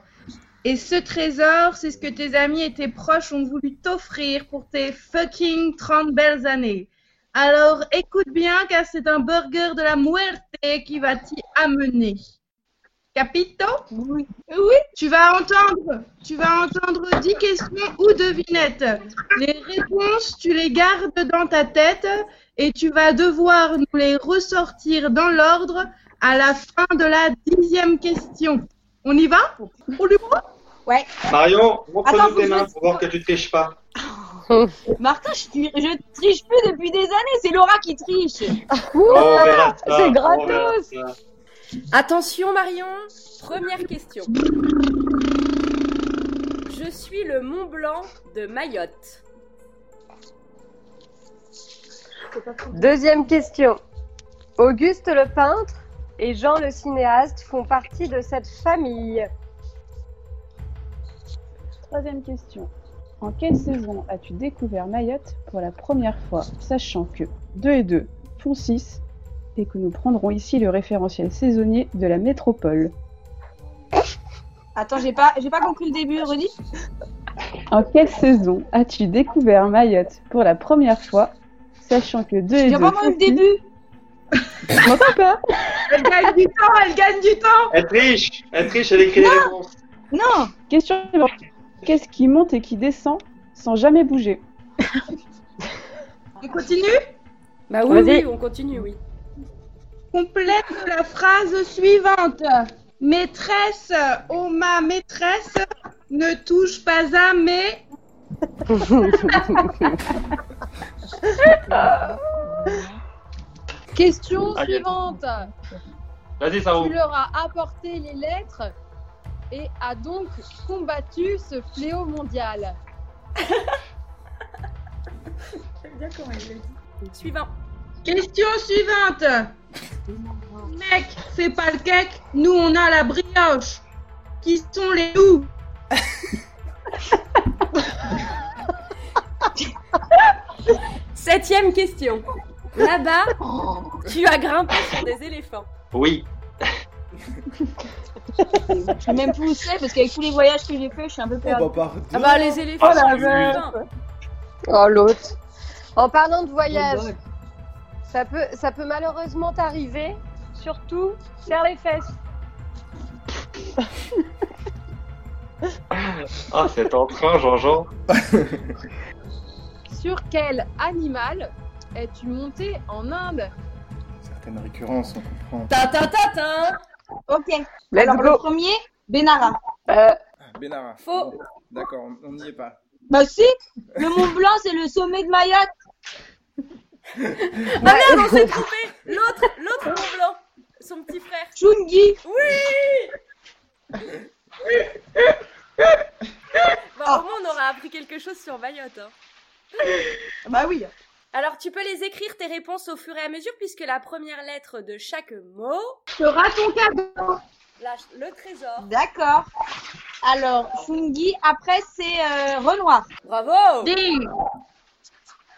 Speaker 12: Et ce trésor, c'est ce que tes amis et tes proches ont voulu t'offrir pour tes fucking 30 belles années. Alors écoute bien car c'est un burger de la muerte qui va t'y amener. Capito Oui. Tu vas entendre, tu vas entendre 10 questions ou devinettes. Les réponses, tu les gardes dans ta tête et tu vas devoir nous les ressortir dans l'ordre à la fin de la dixième question. On y va On lui va
Speaker 1: Ouais.
Speaker 6: Marion,
Speaker 1: Attends,
Speaker 6: montre-nous
Speaker 1: faut que
Speaker 6: tes
Speaker 1: je
Speaker 6: mains
Speaker 1: me-
Speaker 6: pour voir que tu triches pas.
Speaker 1: Martin, je, tri- je triche plus depuis des années. C'est Laura qui triche.
Speaker 6: Oh, on verra ça,
Speaker 1: c'est
Speaker 6: on
Speaker 1: gratos.
Speaker 6: verra ça.
Speaker 8: Attention Marion Première question. Je suis le Mont Blanc de Mayotte.
Speaker 17: Deuxième question. Auguste le peintre et Jean le cinéaste font partie de cette famille.
Speaker 18: Troisième question. En quelle saison as-tu découvert Mayotte pour la première fois, sachant que 2 et 2 font 6 et que nous prendrons ici le référentiel saisonnier de la métropole
Speaker 1: Attends, j'ai pas, j'ai pas compris le début, redis.
Speaker 18: En quelle saison as-tu découvert Mayotte pour la première fois, sachant que 2 et 2
Speaker 12: J'ai pas entendu le début.
Speaker 18: M'entends pas
Speaker 12: Elle gagne du temps, elle gagne du temps
Speaker 6: Elle triche, elle triche, elle écrit les réponses.
Speaker 18: Non Question suivante. Qu'est-ce qui monte et qui descend sans jamais bouger
Speaker 12: On continue
Speaker 8: Bah oui, oui, on continue, oui.
Speaker 12: Complète la phrase suivante. Maîtresse, oh ma maîtresse, ne touche pas à mes...
Speaker 3: Question
Speaker 6: Ah,
Speaker 3: suivante.
Speaker 6: Vas-y, ça
Speaker 3: Tu leur as apporté les lettres et a donc combattu ce fléau mondial.
Speaker 19: J'aime bien comment il le dit.
Speaker 16: Suivant.
Speaker 12: Question suivante. Mec, fais pas le cake, nous on a la brioche. Qui sont les loups
Speaker 16: Septième question. Là-bas, tu as grimpé sur des éléphants.
Speaker 6: Oui.
Speaker 8: Je suis même plus où c'est parce qu'avec tous les voyages que j'ai fait, je suis un peu
Speaker 4: Oh,
Speaker 8: perdue.
Speaker 16: Ah bah les éléphants,
Speaker 8: Oh la
Speaker 16: c'est
Speaker 8: vache.
Speaker 16: humain.
Speaker 20: Oh l'autre. En parlant de voyage,
Speaker 8: Oh, dingue.
Speaker 20: ça peut, ça peut malheureusement t'arriver. Surtout, serre les fesses.
Speaker 6: Ah, c'est en train, Jean-Jean.
Speaker 3: Sur quel animal es-tu monté en Inde
Speaker 4: Certaines récurrences, on comprend.
Speaker 3: Tintin
Speaker 16: Ah,
Speaker 8: Ok. Alors, le premier, Benara.
Speaker 4: Benara.
Speaker 8: Faux.
Speaker 4: Bon, D'accord, on- on n'y est pas.
Speaker 8: Bah si, le Mont Blanc, c'est le sommet de Mayotte.
Speaker 16: Ah merde, on s'est trompé. L'autre, l'autre Mont Blanc, son petit frère.
Speaker 8: Chungi.
Speaker 16: Oui. Bon, au moins on aura appris quelque chose sur Mayotte. hein.
Speaker 3: Bah oui.
Speaker 16: Alors tu peux les écrire tes réponses au fur et à mesure puisque la première lettre de chaque mot
Speaker 12: Sera ton cadeau.
Speaker 16: lâche le trésor.
Speaker 8: D'accord. Alors, Chungi, après, c'est euh, Renoir.
Speaker 16: Bravo.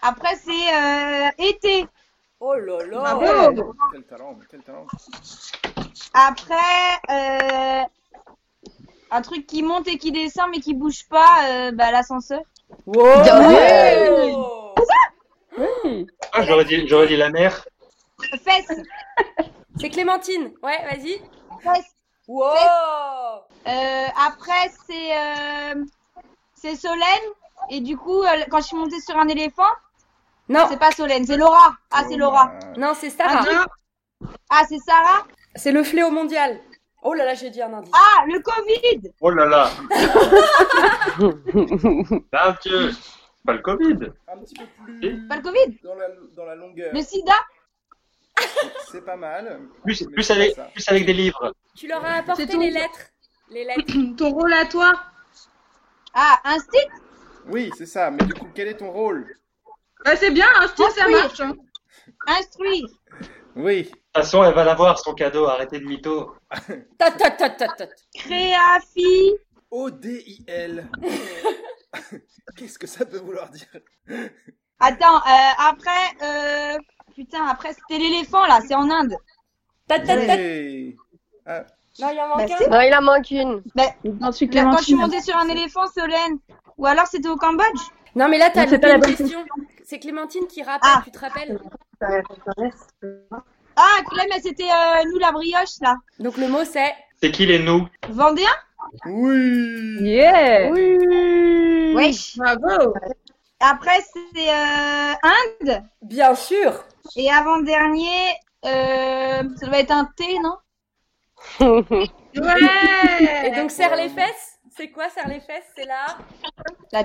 Speaker 8: Après, c'est euh, Été.
Speaker 16: Oh là là.
Speaker 12: Oh.
Speaker 8: Bravo.
Speaker 4: Quel talent, mais quel talent.
Speaker 8: Après, euh, un truc qui monte et qui descend mais qui bouge pas, euh, bah, l'ascenseur.
Speaker 3: Bien
Speaker 8: Ouais.
Speaker 3: vu.
Speaker 6: Ah, j'aurais dit, j'aurais dit la mer.
Speaker 8: Fesse.
Speaker 16: C'est Clémentine. Ouais, vas-y.
Speaker 8: Fesse.
Speaker 16: Wow.
Speaker 8: Euh, après, c'est euh, c'est Solène. Et du coup, euh, quand je suis montée sur un éléphant,
Speaker 16: non,
Speaker 8: c'est pas Solène, c'est Laura. Ah, c'est Laura.
Speaker 16: Non, c'est Sarah.
Speaker 8: Ah, Ah, c'est Sarah.
Speaker 16: C'est le fléau mondial. Oh là là, j'ai dit un indice.
Speaker 8: Ah, le Covid.
Speaker 6: Oh là là. Mon Dieu. Bah, C'est Pas le Covid.
Speaker 4: Un petit peu plus.
Speaker 8: Pas le Covid
Speaker 4: Dans la, dans la longueur.
Speaker 8: Le sida.
Speaker 4: C'est pas mal.
Speaker 6: Plus,
Speaker 4: mais
Speaker 6: plus,
Speaker 4: c'est pas
Speaker 6: avec,
Speaker 4: ça.
Speaker 6: plus avec des livres.
Speaker 16: Tu leur as apporté les lettres. Les lettres.
Speaker 12: Ton rôle à toi
Speaker 8: Ah, un stick
Speaker 4: Oui, c'est ça. Mais du coup, quel est ton rôle
Speaker 12: Bah c'est bien, un style ça
Speaker 8: Instruire.
Speaker 12: marche. hein.
Speaker 8: Instruire.
Speaker 4: Oui. De
Speaker 6: toute façon, elle va l'avoir, son cadeau. Arrêtez de mytho.
Speaker 16: Tot, tot, tot, tot, tot.
Speaker 8: Créafi.
Speaker 4: O-D-I-L. Qu'est-ce que ça peut vouloir dire
Speaker 8: Attends, euh, après, euh, putain, après c'était l'éléphant là, c'est en Inde.
Speaker 4: Oui. Ah,
Speaker 16: Non, il en
Speaker 8: Bah,
Speaker 16: manque
Speaker 8: si.
Speaker 16: un.
Speaker 8: Non, il en manque une.
Speaker 3: Non, c'est
Speaker 8: Là, quand je suis
Speaker 3: Clémentine.
Speaker 8: montée sur un éléphant, Solène. Ou alors c'était au Cambodge.
Speaker 16: Non, mais là, t'as
Speaker 8: Non, c'est pas la
Speaker 16: loupé une
Speaker 8: bonne
Speaker 16: question. C'est Clémentine qui rappelle, tu te rappelles
Speaker 8: Ah, Clem, mais c'était euh, nous la brioche là.
Speaker 16: Donc le mot c'est
Speaker 6: C'est qui les nous
Speaker 8: Vendéen
Speaker 4: Oui.
Speaker 8: Yeah. Oui. Bravo. Après c'est euh, Inde.
Speaker 16: Bien sûr.
Speaker 8: Et avant dernier, euh, ça doit être un thé, non
Speaker 16: Ouais Et donc serre les fesses C'est quoi serre les fesses C'est là
Speaker 8: La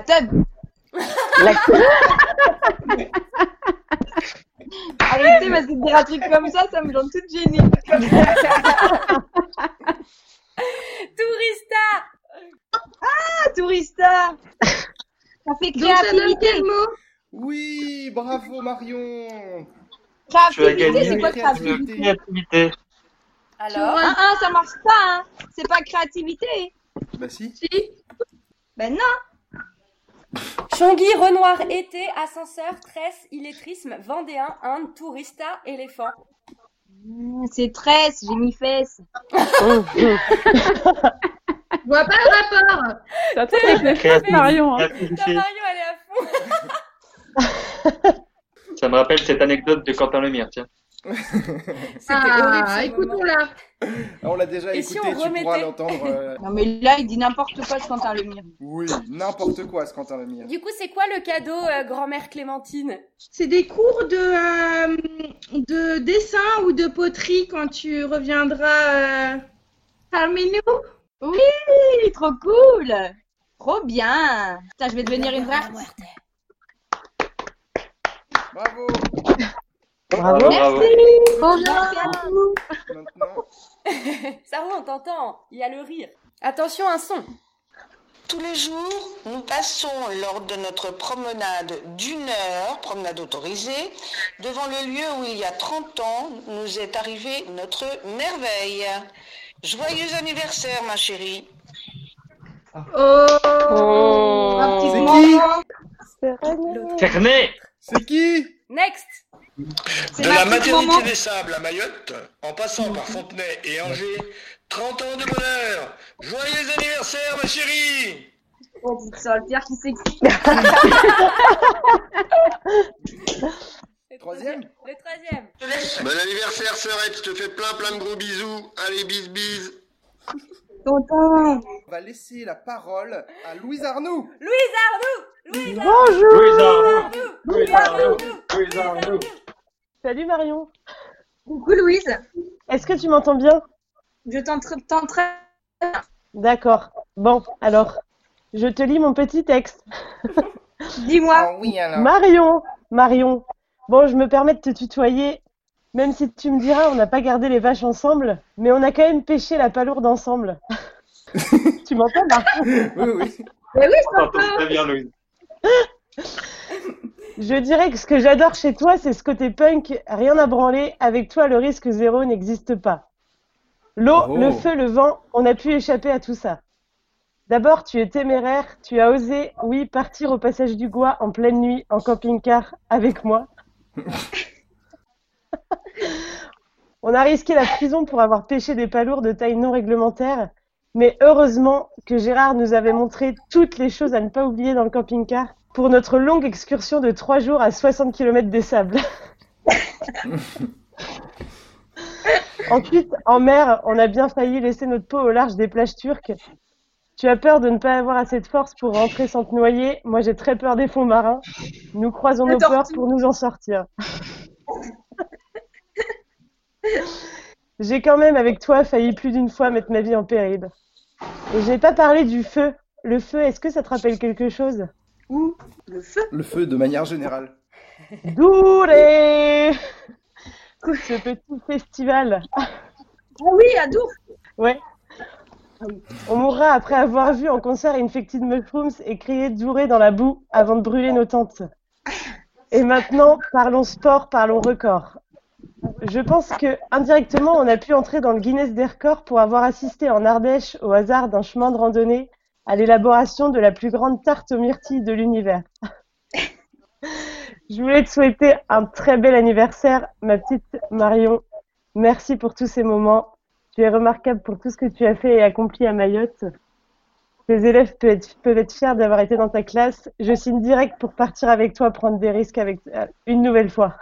Speaker 8: tub. Arrêtez parce que dire un truc comme ça, ça me rend toute gênée.
Speaker 16: Tourista
Speaker 8: Ah, tourista Ça fait
Speaker 12: Donc ça donne
Speaker 8: créativité.
Speaker 12: quel mot
Speaker 4: Oui, bravo Marion.
Speaker 6: Tu as
Speaker 8: Créativité,
Speaker 6: gagné
Speaker 8: c'est quoi
Speaker 6: une
Speaker 8: créativité
Speaker 6: créativité.
Speaker 16: Alors
Speaker 8: Ah, ah, ça marche pas, hein C'est pas créativité.
Speaker 4: Bah si.
Speaker 8: Ben non.
Speaker 16: Chongui, Renoir, Été, Ascenseur, Tresse, Illettrisme, Vendéen, Inde, Tourista, Éléphant.
Speaker 8: Mm, C'est tresse, j'ai mis fesse.
Speaker 12: Je vois pas le rapport.
Speaker 3: T'as trop avec les fesses, Marion. hein.
Speaker 16: Putain, Mario, elle est à fond
Speaker 6: Ça me rappelle cette anecdote de Quentin Lemire, tiens.
Speaker 16: C'était horrible,
Speaker 12: Ah,
Speaker 16: ce
Speaker 12: écoutons-la.
Speaker 4: On l'a déjà
Speaker 16: Et si
Speaker 4: écouté,
Speaker 16: on
Speaker 4: tu pourras
Speaker 16: remettait
Speaker 4: l'entendre. euh,
Speaker 8: Non mais là, il dit n'importe quoi, je t'entends le mire.
Speaker 4: Oui, n'importe quoi ce Quentin Lemire.
Speaker 16: Du coup, c'est quoi le cadeau, euh, grand-mère Clémentine
Speaker 12: C'est des cours de, euh, de dessin ou de poterie quand tu reviendras euh, parmi nous.
Speaker 8: Oui, trop cool
Speaker 21: Trop bien. Putain, je vais devenir une vraie. artiste.
Speaker 4: Bravo.
Speaker 6: Oh,
Speaker 21: Bravo.
Speaker 4: Bravo.
Speaker 8: Merci
Speaker 21: à
Speaker 8: vous. Ça roule, on t'entend. Il y a le rire. Attention, un son.
Speaker 22: Tous les jours, nous passons lors de notre promenade d'une heure, promenade autorisée, devant le lieu où il y a 30 ans nous est arrivée notre merveille. Joyeux anniversaire, ma chérie.
Speaker 12: Oh,
Speaker 23: Oh.
Speaker 6: Carnet
Speaker 4: C'est qui
Speaker 8: Next
Speaker 23: De la maternité des sables à Mayotte, en passant par Fontenay et Angers, 30 ans de bonheur Joyeux anniversaire, ma chérie
Speaker 21: Oh putain, le pire qui s'excite.
Speaker 4: Troisième
Speaker 8: Le troisième.
Speaker 23: Bon anniversaire, sœurette, je te fais plein plein de gros bisous Allez, bis bis
Speaker 4: Tonton On va laisser la parole à Louise Arnoux
Speaker 8: Louise Arnoux
Speaker 4: Louise
Speaker 11: Bonjour.
Speaker 4: Louise Arnoux
Speaker 11: Louise Arnoux. Salut Marion.
Speaker 21: Coucou Louise.
Speaker 11: Est-ce que tu m'entends bien
Speaker 21: Je t'entends très bien.
Speaker 11: D'accord. Bon, alors, je te lis mon petit texte.
Speaker 21: Dis-moi.
Speaker 4: oui,
Speaker 11: Marion, Marion. Bon, je me permets de te tutoyer, même si tu me diras, on n'a pas gardé les vaches ensemble, mais on a quand même pêché la palourde ensemble. tu m'entends, Marc
Speaker 4: Oui, oui.
Speaker 21: Mais oui,
Speaker 6: On t'entend très bien, Louise.
Speaker 11: Je dirais que ce que j'adore chez toi, c'est ce côté punk, rien à branler. Avec toi, le risque zéro n'existe pas. L'eau,
Speaker 10: Oh.
Speaker 11: le feu, le vent, on a pu échapper à tout ça. D'abord, tu es téméraire, tu as osé, oui, partir au passage du Gois en pleine nuit, en camping-car, avec moi. on a risqué la prison pour avoir pêché des palourdes de taille non réglementaire, mais heureusement que Gérard nous avait montré toutes les choses à ne pas oublier dans le camping-car pour notre longue excursion de trois jours à 60 km des sables. Ensuite, en mer, on a bien failli laisser notre peau au large des plages turques. Tu as peur de ne pas avoir assez de force pour rentrer sans te noyer. Moi, j'ai très peur des fonds marins. Nous croisons
Speaker 10: La
Speaker 11: nos peurs
Speaker 10: tortue.
Speaker 11: pour nous en sortir. J'ai quand même, avec toi, failli plus d'une fois mettre ma vie en péril. Et j'ai pas parlé du feu. Le feu, est-ce que ça te rappelle quelque chose Ou le feu
Speaker 4: Le feu de manière générale.
Speaker 11: Douré Ce petit festival. Ah oui, à Dour Ouais. On mourra après avoir vu en concert Infected Mushrooms et crié Douré dans la boue avant de brûler nos tentes. Et maintenant, parlons sport, parlons record. Je pense que indirectement, on a pu entrer dans le Guinness des records pour avoir assisté en Ardèche au hasard d'un chemin de randonnée à l'élaboration de la plus grande tarte aux myrtilles de l'univers. Je voulais te souhaiter un très bel anniversaire, ma petite Marion. Merci pour tous ces moments. Tu es remarquable pour tout ce que tu as fait et accompli à Mayotte. Tes élèves peuvent être, peuvent être fiers d'avoir été dans ta classe. Je signe direct pour partir avec toi, prendre des risques avec euh, une nouvelle fois.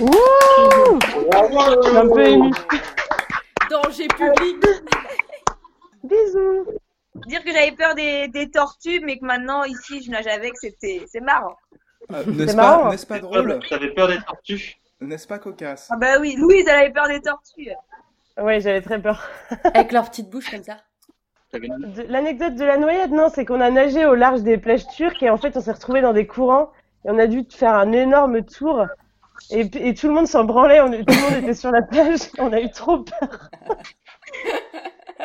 Speaker 11: Wouh Je suis un peu émue.
Speaker 8: Danger public.
Speaker 11: Bisous.
Speaker 21: Dire que j'avais peur des, des tortues, mais que maintenant ici je nage avec, c'était c'est marrant.
Speaker 4: Euh, N'est-ce pas,
Speaker 8: hein.
Speaker 4: n'est-ce pas drôle
Speaker 6: T'avais peur des tortues
Speaker 4: N'est-ce pas cocasse
Speaker 21: Ah bah oui, Louise, elle avait peur des tortues.
Speaker 11: Ouais, j'avais très peur.
Speaker 8: Avec leur petite bouche comme ça.
Speaker 11: De- L'anecdote de la noyade, non, c'est qu'on a nagé au large des plages turques et en fait on s'est retrouvé dans des courants et on a dû faire un énorme tour et, et tout le monde s'en branlait, on, tout le monde était sur la plage, on a eu trop peur.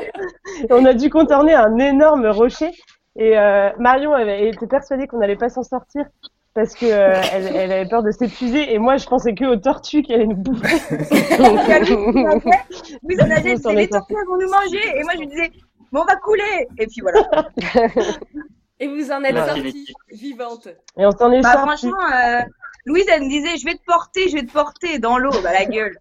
Speaker 11: Et on a dû contourner un énorme rocher et euh, Marion avait, était persuadée qu'on n'allait pas s'en sortir parce que euh, elle, elle avait peur de s'épuiser et moi je pensais que aux tortues qui allaient nous bouffer.
Speaker 21: Louise, on nageait, elle disait, les tortues elles vont nous manger. Et moi je lui disais, bon, on va couler. Et puis voilà.
Speaker 8: Et vous en êtes
Speaker 11: Ouais.
Speaker 8: sortie vivante.
Speaker 11: Et on s'en est
Speaker 21: Bah
Speaker 11: sorti.
Speaker 21: franchement, euh, Louise, elle me disait, je vais te porter, je vais te porter dans l'eau, bah la gueule.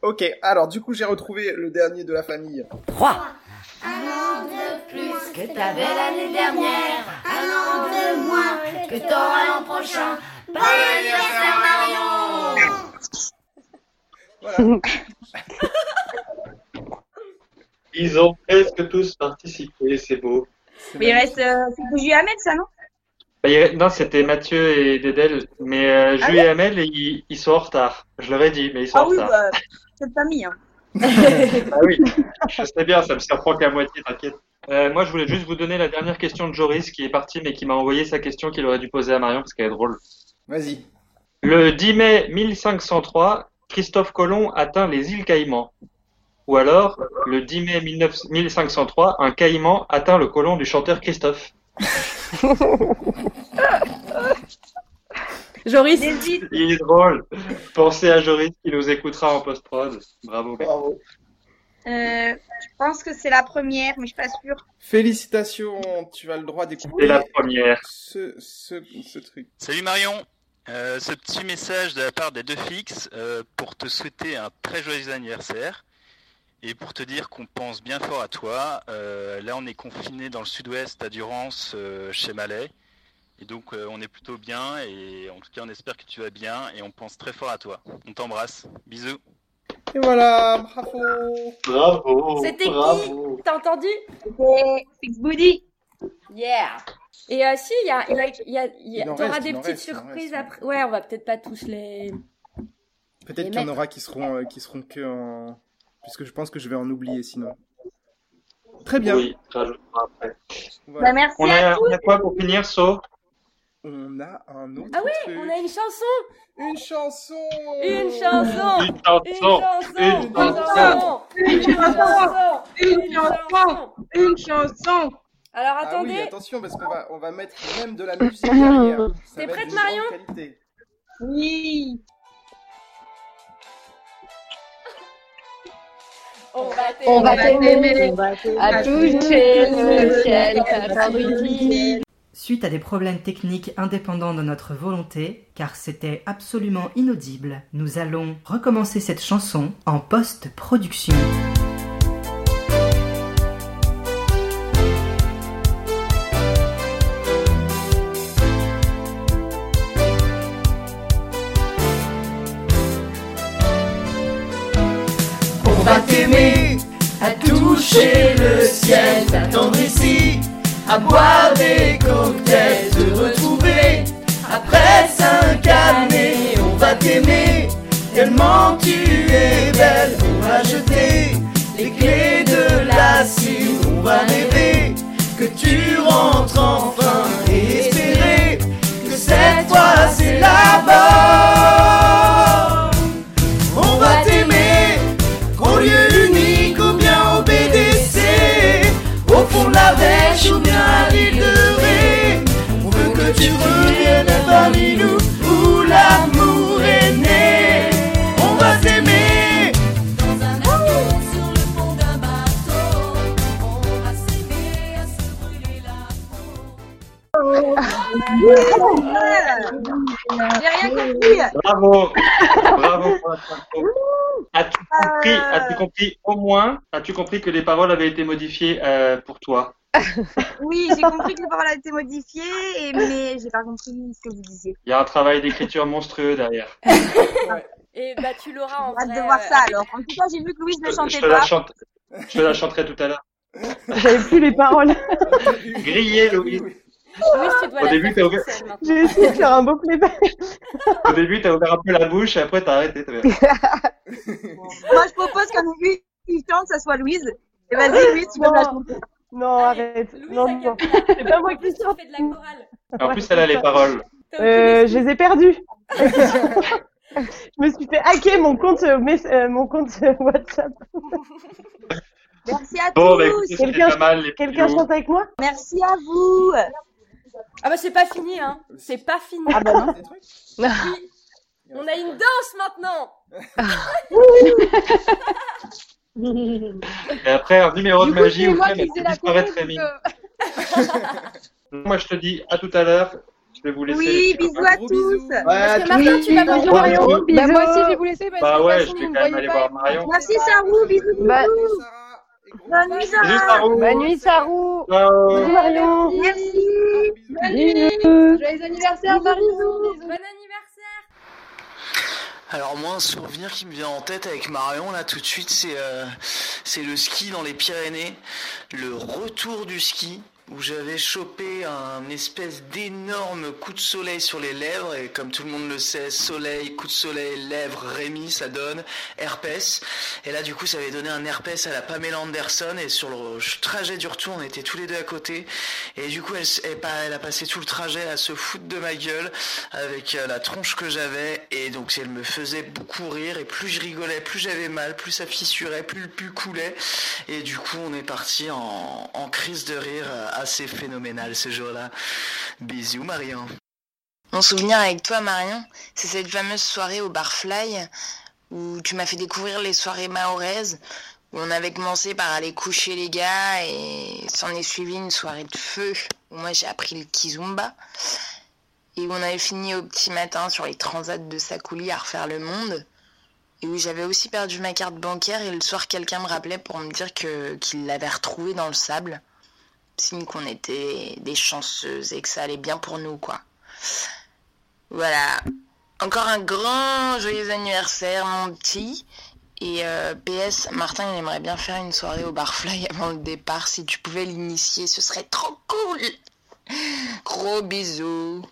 Speaker 4: Ok, alors du coup j'ai retrouvé le dernier de la famille.
Speaker 10: Un an de plus que t'avais l'année dernière. Un an de moins que t'auras l'an prochain. Bon anniversaire Marion
Speaker 6: Ils ont presque tous participé, c'est beau.
Speaker 21: Mais il reste, euh, c'est que Julie Ahmed, ça, non
Speaker 6: Bah, il- Non, c'était Mathieu et Dedel, mais euh,
Speaker 21: Ah
Speaker 6: Jules et
Speaker 21: ouais
Speaker 6: Amel, ils, ils sont en retard. Je leur ai dit, mais ils sont
Speaker 21: Ah
Speaker 6: en
Speaker 21: oui,
Speaker 6: retard.
Speaker 21: bah, cette famille. Hein.
Speaker 6: Ah oui, je sais bien, ça me surprend qu'à moitié, t'inquiète. Euh, moi, je voulais juste vous donner la dernière question de Joris qui est parti, mais qui m'a envoyé sa question qu'il aurait dû poser à Marion parce qu'elle est drôle.
Speaker 4: Vas-y.
Speaker 6: Le 10 mai 1503, Christophe Colomb atteint les îles Caïmans. Ou alors, le 10 mai 19 1503, un caïman atteint le colon du chanteur Christophe.
Speaker 24: Joris.
Speaker 21: euh,
Speaker 6: Il est drôle. Pensez à Joris qui nous écoutera en post-prod. Bravo.
Speaker 21: Euh, je pense que c'est la première, mais je suis pas sûre.
Speaker 4: Félicitations, tu as le droit d'écouter
Speaker 6: C'est la première.
Speaker 4: ce, ce, ce truc.
Speaker 7: Salut Marion, Euh, ce petit message de la part des deux fixes euh, pour te souhaiter un très joyeux anniversaire et pour te dire qu'on pense bien fort à toi. Euh, là, on est confiné dans le sud-ouest à Durance, euh, chez Malais, et donc euh, on est plutôt bien. Et en tout cas, on espère que tu vas bien et on pense très fort à toi. On t'embrasse, bisous.
Speaker 4: Et voilà, bravo.
Speaker 6: Bravo.
Speaker 8: C'était qui T'as entendu C'était Fix Booty. Yeah. Et euh, si, il y a, il y a- il y a- il y a-
Speaker 4: Il en
Speaker 8: t'auras
Speaker 4: reste,
Speaker 8: des
Speaker 4: il en
Speaker 8: petites
Speaker 4: reste, il en reste,
Speaker 8: surprises
Speaker 4: ouais.
Speaker 8: après. Ouais, on va peut-être pas tous les.
Speaker 4: Peut-être
Speaker 8: Et
Speaker 4: qu'il y en
Speaker 8: mettre.
Speaker 4: aura qui seront, euh, qui seront que en. Puisque je pense que je vais en oublier sinon. Très bien.
Speaker 6: Oui, rajoutera après.
Speaker 4: Voilà. Bah, merci
Speaker 6: on
Speaker 4: à
Speaker 6: a,
Speaker 4: tous.
Speaker 6: on a quoi pour finir, So
Speaker 4: On a un autre.
Speaker 8: Ah oui, on a une chanson.
Speaker 4: Une chanson.
Speaker 8: Une chanson.
Speaker 6: Une chanson.
Speaker 8: Une
Speaker 6: chanson.
Speaker 12: Une
Speaker 8: Une chanson.
Speaker 12: chanson Une chanson
Speaker 8: Alors
Speaker 4: Ah oui,
Speaker 8: attendez.
Speaker 4: attention parce qu'on va, on va mettre même de la musique derrière. Ça va
Speaker 8: T'es
Speaker 4: être
Speaker 8: prête,
Speaker 4: d'une grande
Speaker 8: Marion
Speaker 4: qualité.
Speaker 8: Oui. On va t'aimer.
Speaker 10: On va t'aimer.
Speaker 8: On va t'aimer.
Speaker 10: À toucher le ciel, ta fabrique.
Speaker 25: Suite à des problèmes techniques indépendants de notre volonté, car c'était absolument inaudible, nous allons recommencer cette chanson en post-production.
Speaker 10: On va t'aimer. À toucher le ciel, t'attendre ici. À boire des cocktails, te retrouver. Après cinq années, on va t'aimer. Tellement tu es belle, on va jeter les clés de la cime. On va rêver que tu rentres enfin et espérer que cette fois c'est là-bas. On va t'aimer. Au lieu unique ou bien au BDC Au fond de la Vèche ou bien à l'île de Ré On veut que tu reviennes dans l'île où- où l'amour est né On va s'aimer Dans un avion sur le fond d'un bateau On va s'aimer à se brûler la
Speaker 21: J'ai rien compris.
Speaker 6: Bravo. Bravo pour la chanson. As-tu compris, as-tu compris au moins, as-tu compris que les paroles avaient été modifiées euh, pour toi
Speaker 21: Oui, j'ai compris que les paroles avaient été modifiées, et- mais j'ai pas compris ce que vous disiez.
Speaker 6: Il y a un travail d'écriture monstrueux derrière.
Speaker 8: Et bah tu l'auras en
Speaker 21: Hâte
Speaker 8: vrai,
Speaker 21: de voir
Speaker 8: euh,
Speaker 21: ça alors. En tout cas, j'ai vu que Louise ne
Speaker 6: Je
Speaker 21: chantait
Speaker 6: te la
Speaker 21: pas.
Speaker 6: chante, je te la chanterai tout à l'heure.
Speaker 11: J'avais plus les paroles.
Speaker 6: Grillé, Louis.
Speaker 8: Louise, tu dois
Speaker 6: Au
Speaker 8: la
Speaker 6: début, t'as
Speaker 8: faire
Speaker 6: ouvert,
Speaker 8: toute seule maintenant.
Speaker 11: J'ai essayé de faire un beau playback.
Speaker 6: au début, t'as ouvert un peu la bouche et après t'as arrêté. t'as fait-
Speaker 21: Moi, je propose qu'en ait une qui chante, ça soit Louise. Et vas-y, Louise, tu peux me la chanter.
Speaker 11: Non, arrête. non, non. C'est pas moi qui chante.
Speaker 8: de la chorale.
Speaker 6: En plus, elle a les paroles.
Speaker 11: Euh, je les ai perdues. je me suis fait hacker mon compte, euh, mess- euh, mon compte euh, WhatsApp.
Speaker 21: Merci à
Speaker 6: Bon, bah,
Speaker 21: tous.
Speaker 6: écoutez, c'était Quelqu'un- pas mal, les quelqu'un pilous. chante
Speaker 11: avec moi
Speaker 21: Merci à vous.
Speaker 8: Ah bah c'est pas fini hein. C'est pas fini. Ah bah non.
Speaker 4: Ah bah
Speaker 8: On a une danse maintenant.
Speaker 6: Et après, un numéro de magie
Speaker 8: c'est
Speaker 6: où
Speaker 8: moi
Speaker 6: Clem,
Speaker 8: qui
Speaker 6: elle
Speaker 8: faisais
Speaker 6: fait
Speaker 8: la euh,
Speaker 6: disparaître
Speaker 8: choré,
Speaker 6: Rémi.
Speaker 21: euh,
Speaker 6: Moi, je te dis à tout à l'heure. Je vais vous laisser.
Speaker 21: Oui, bisous à tous.
Speaker 6: Parce que
Speaker 14: Martin, tu vas voir
Speaker 6: Gros Marion. bisous.
Speaker 14: Bah, moi aussi, je vais vous laisser parce
Speaker 6: Bah
Speaker 14: que
Speaker 6: ouais,
Speaker 14: de toute
Speaker 6: je
Speaker 14: façon, on
Speaker 6: vais quand même
Speaker 14: voyait
Speaker 6: aller
Speaker 14: pas
Speaker 6: voir
Speaker 14: et-
Speaker 6: Marion.
Speaker 21: Merci Sarou, bisous. bisous. Bonne nuit Sarah.
Speaker 6: Bisous, Sarou. Bonne nuit,
Speaker 21: Sarou.
Speaker 6: Ciao.
Speaker 21: Bonne
Speaker 6: Bisous,
Speaker 21: nuit
Speaker 8: Euh.
Speaker 6: Marion.
Speaker 21: Merci.
Speaker 14: Bonne nuit. Joyeux anniversaire, Marion.
Speaker 8: Bon anniversaire.
Speaker 7: Alors moi un souvenir qui me vient en tête avec Marion là tout de suite c'est euh, c'est le ski dans les Pyrénées, le retour du ski où j'avais chopé
Speaker 23: un espèce d'énorme coup de soleil sur les lèvres, et comme tout le monde le sait, soleil, coup de soleil, lèvres, Rémi, ça donne herpès. Et là, du coup, ça avait donné un herpès à la Pamela Anderson, et sur le trajet du retour, on était tous les deux à côté. Et du coup, elle, s- elle pa- elle a passé tout le trajet à se foutre de ma gueule avec euh, la tronche que j'avais, et donc elle me faisait beaucoup rire, et plus je rigolais, plus j'avais mal, plus ça fissurait, plus le pu coulait. Et du coup, on est parti en, en crise de rire euh, assez phénoménale ce jour-là. Bisous, Marion.
Speaker 22: Mon souvenir avec toi, Marion, c'est cette fameuse soirée au bar Fly où tu m'as fait découvrir les soirées mahoraises où on avait commencé par aller coucher les gars et s'en est suivi une soirée de feu où moi j'ai appris le kizumba et où on avait fini au petit matin sur les transats de Sakouli à refaire le monde et où j'avais aussi perdu ma carte bancaire et le soir quelqu'un me rappelait pour me dire que qu'il l'avait retrouvée dans le sable signe qu'on était des chanceuses et que ça allait bien pour nous quoi. Voilà. Encore un grand joyeux anniversaire, mon petit. Et euh, PS, Martin, il aimerait bien faire une soirée au Barfly avant le départ. Si tu pouvais l'initier, ce serait trop cool. Gros bisous.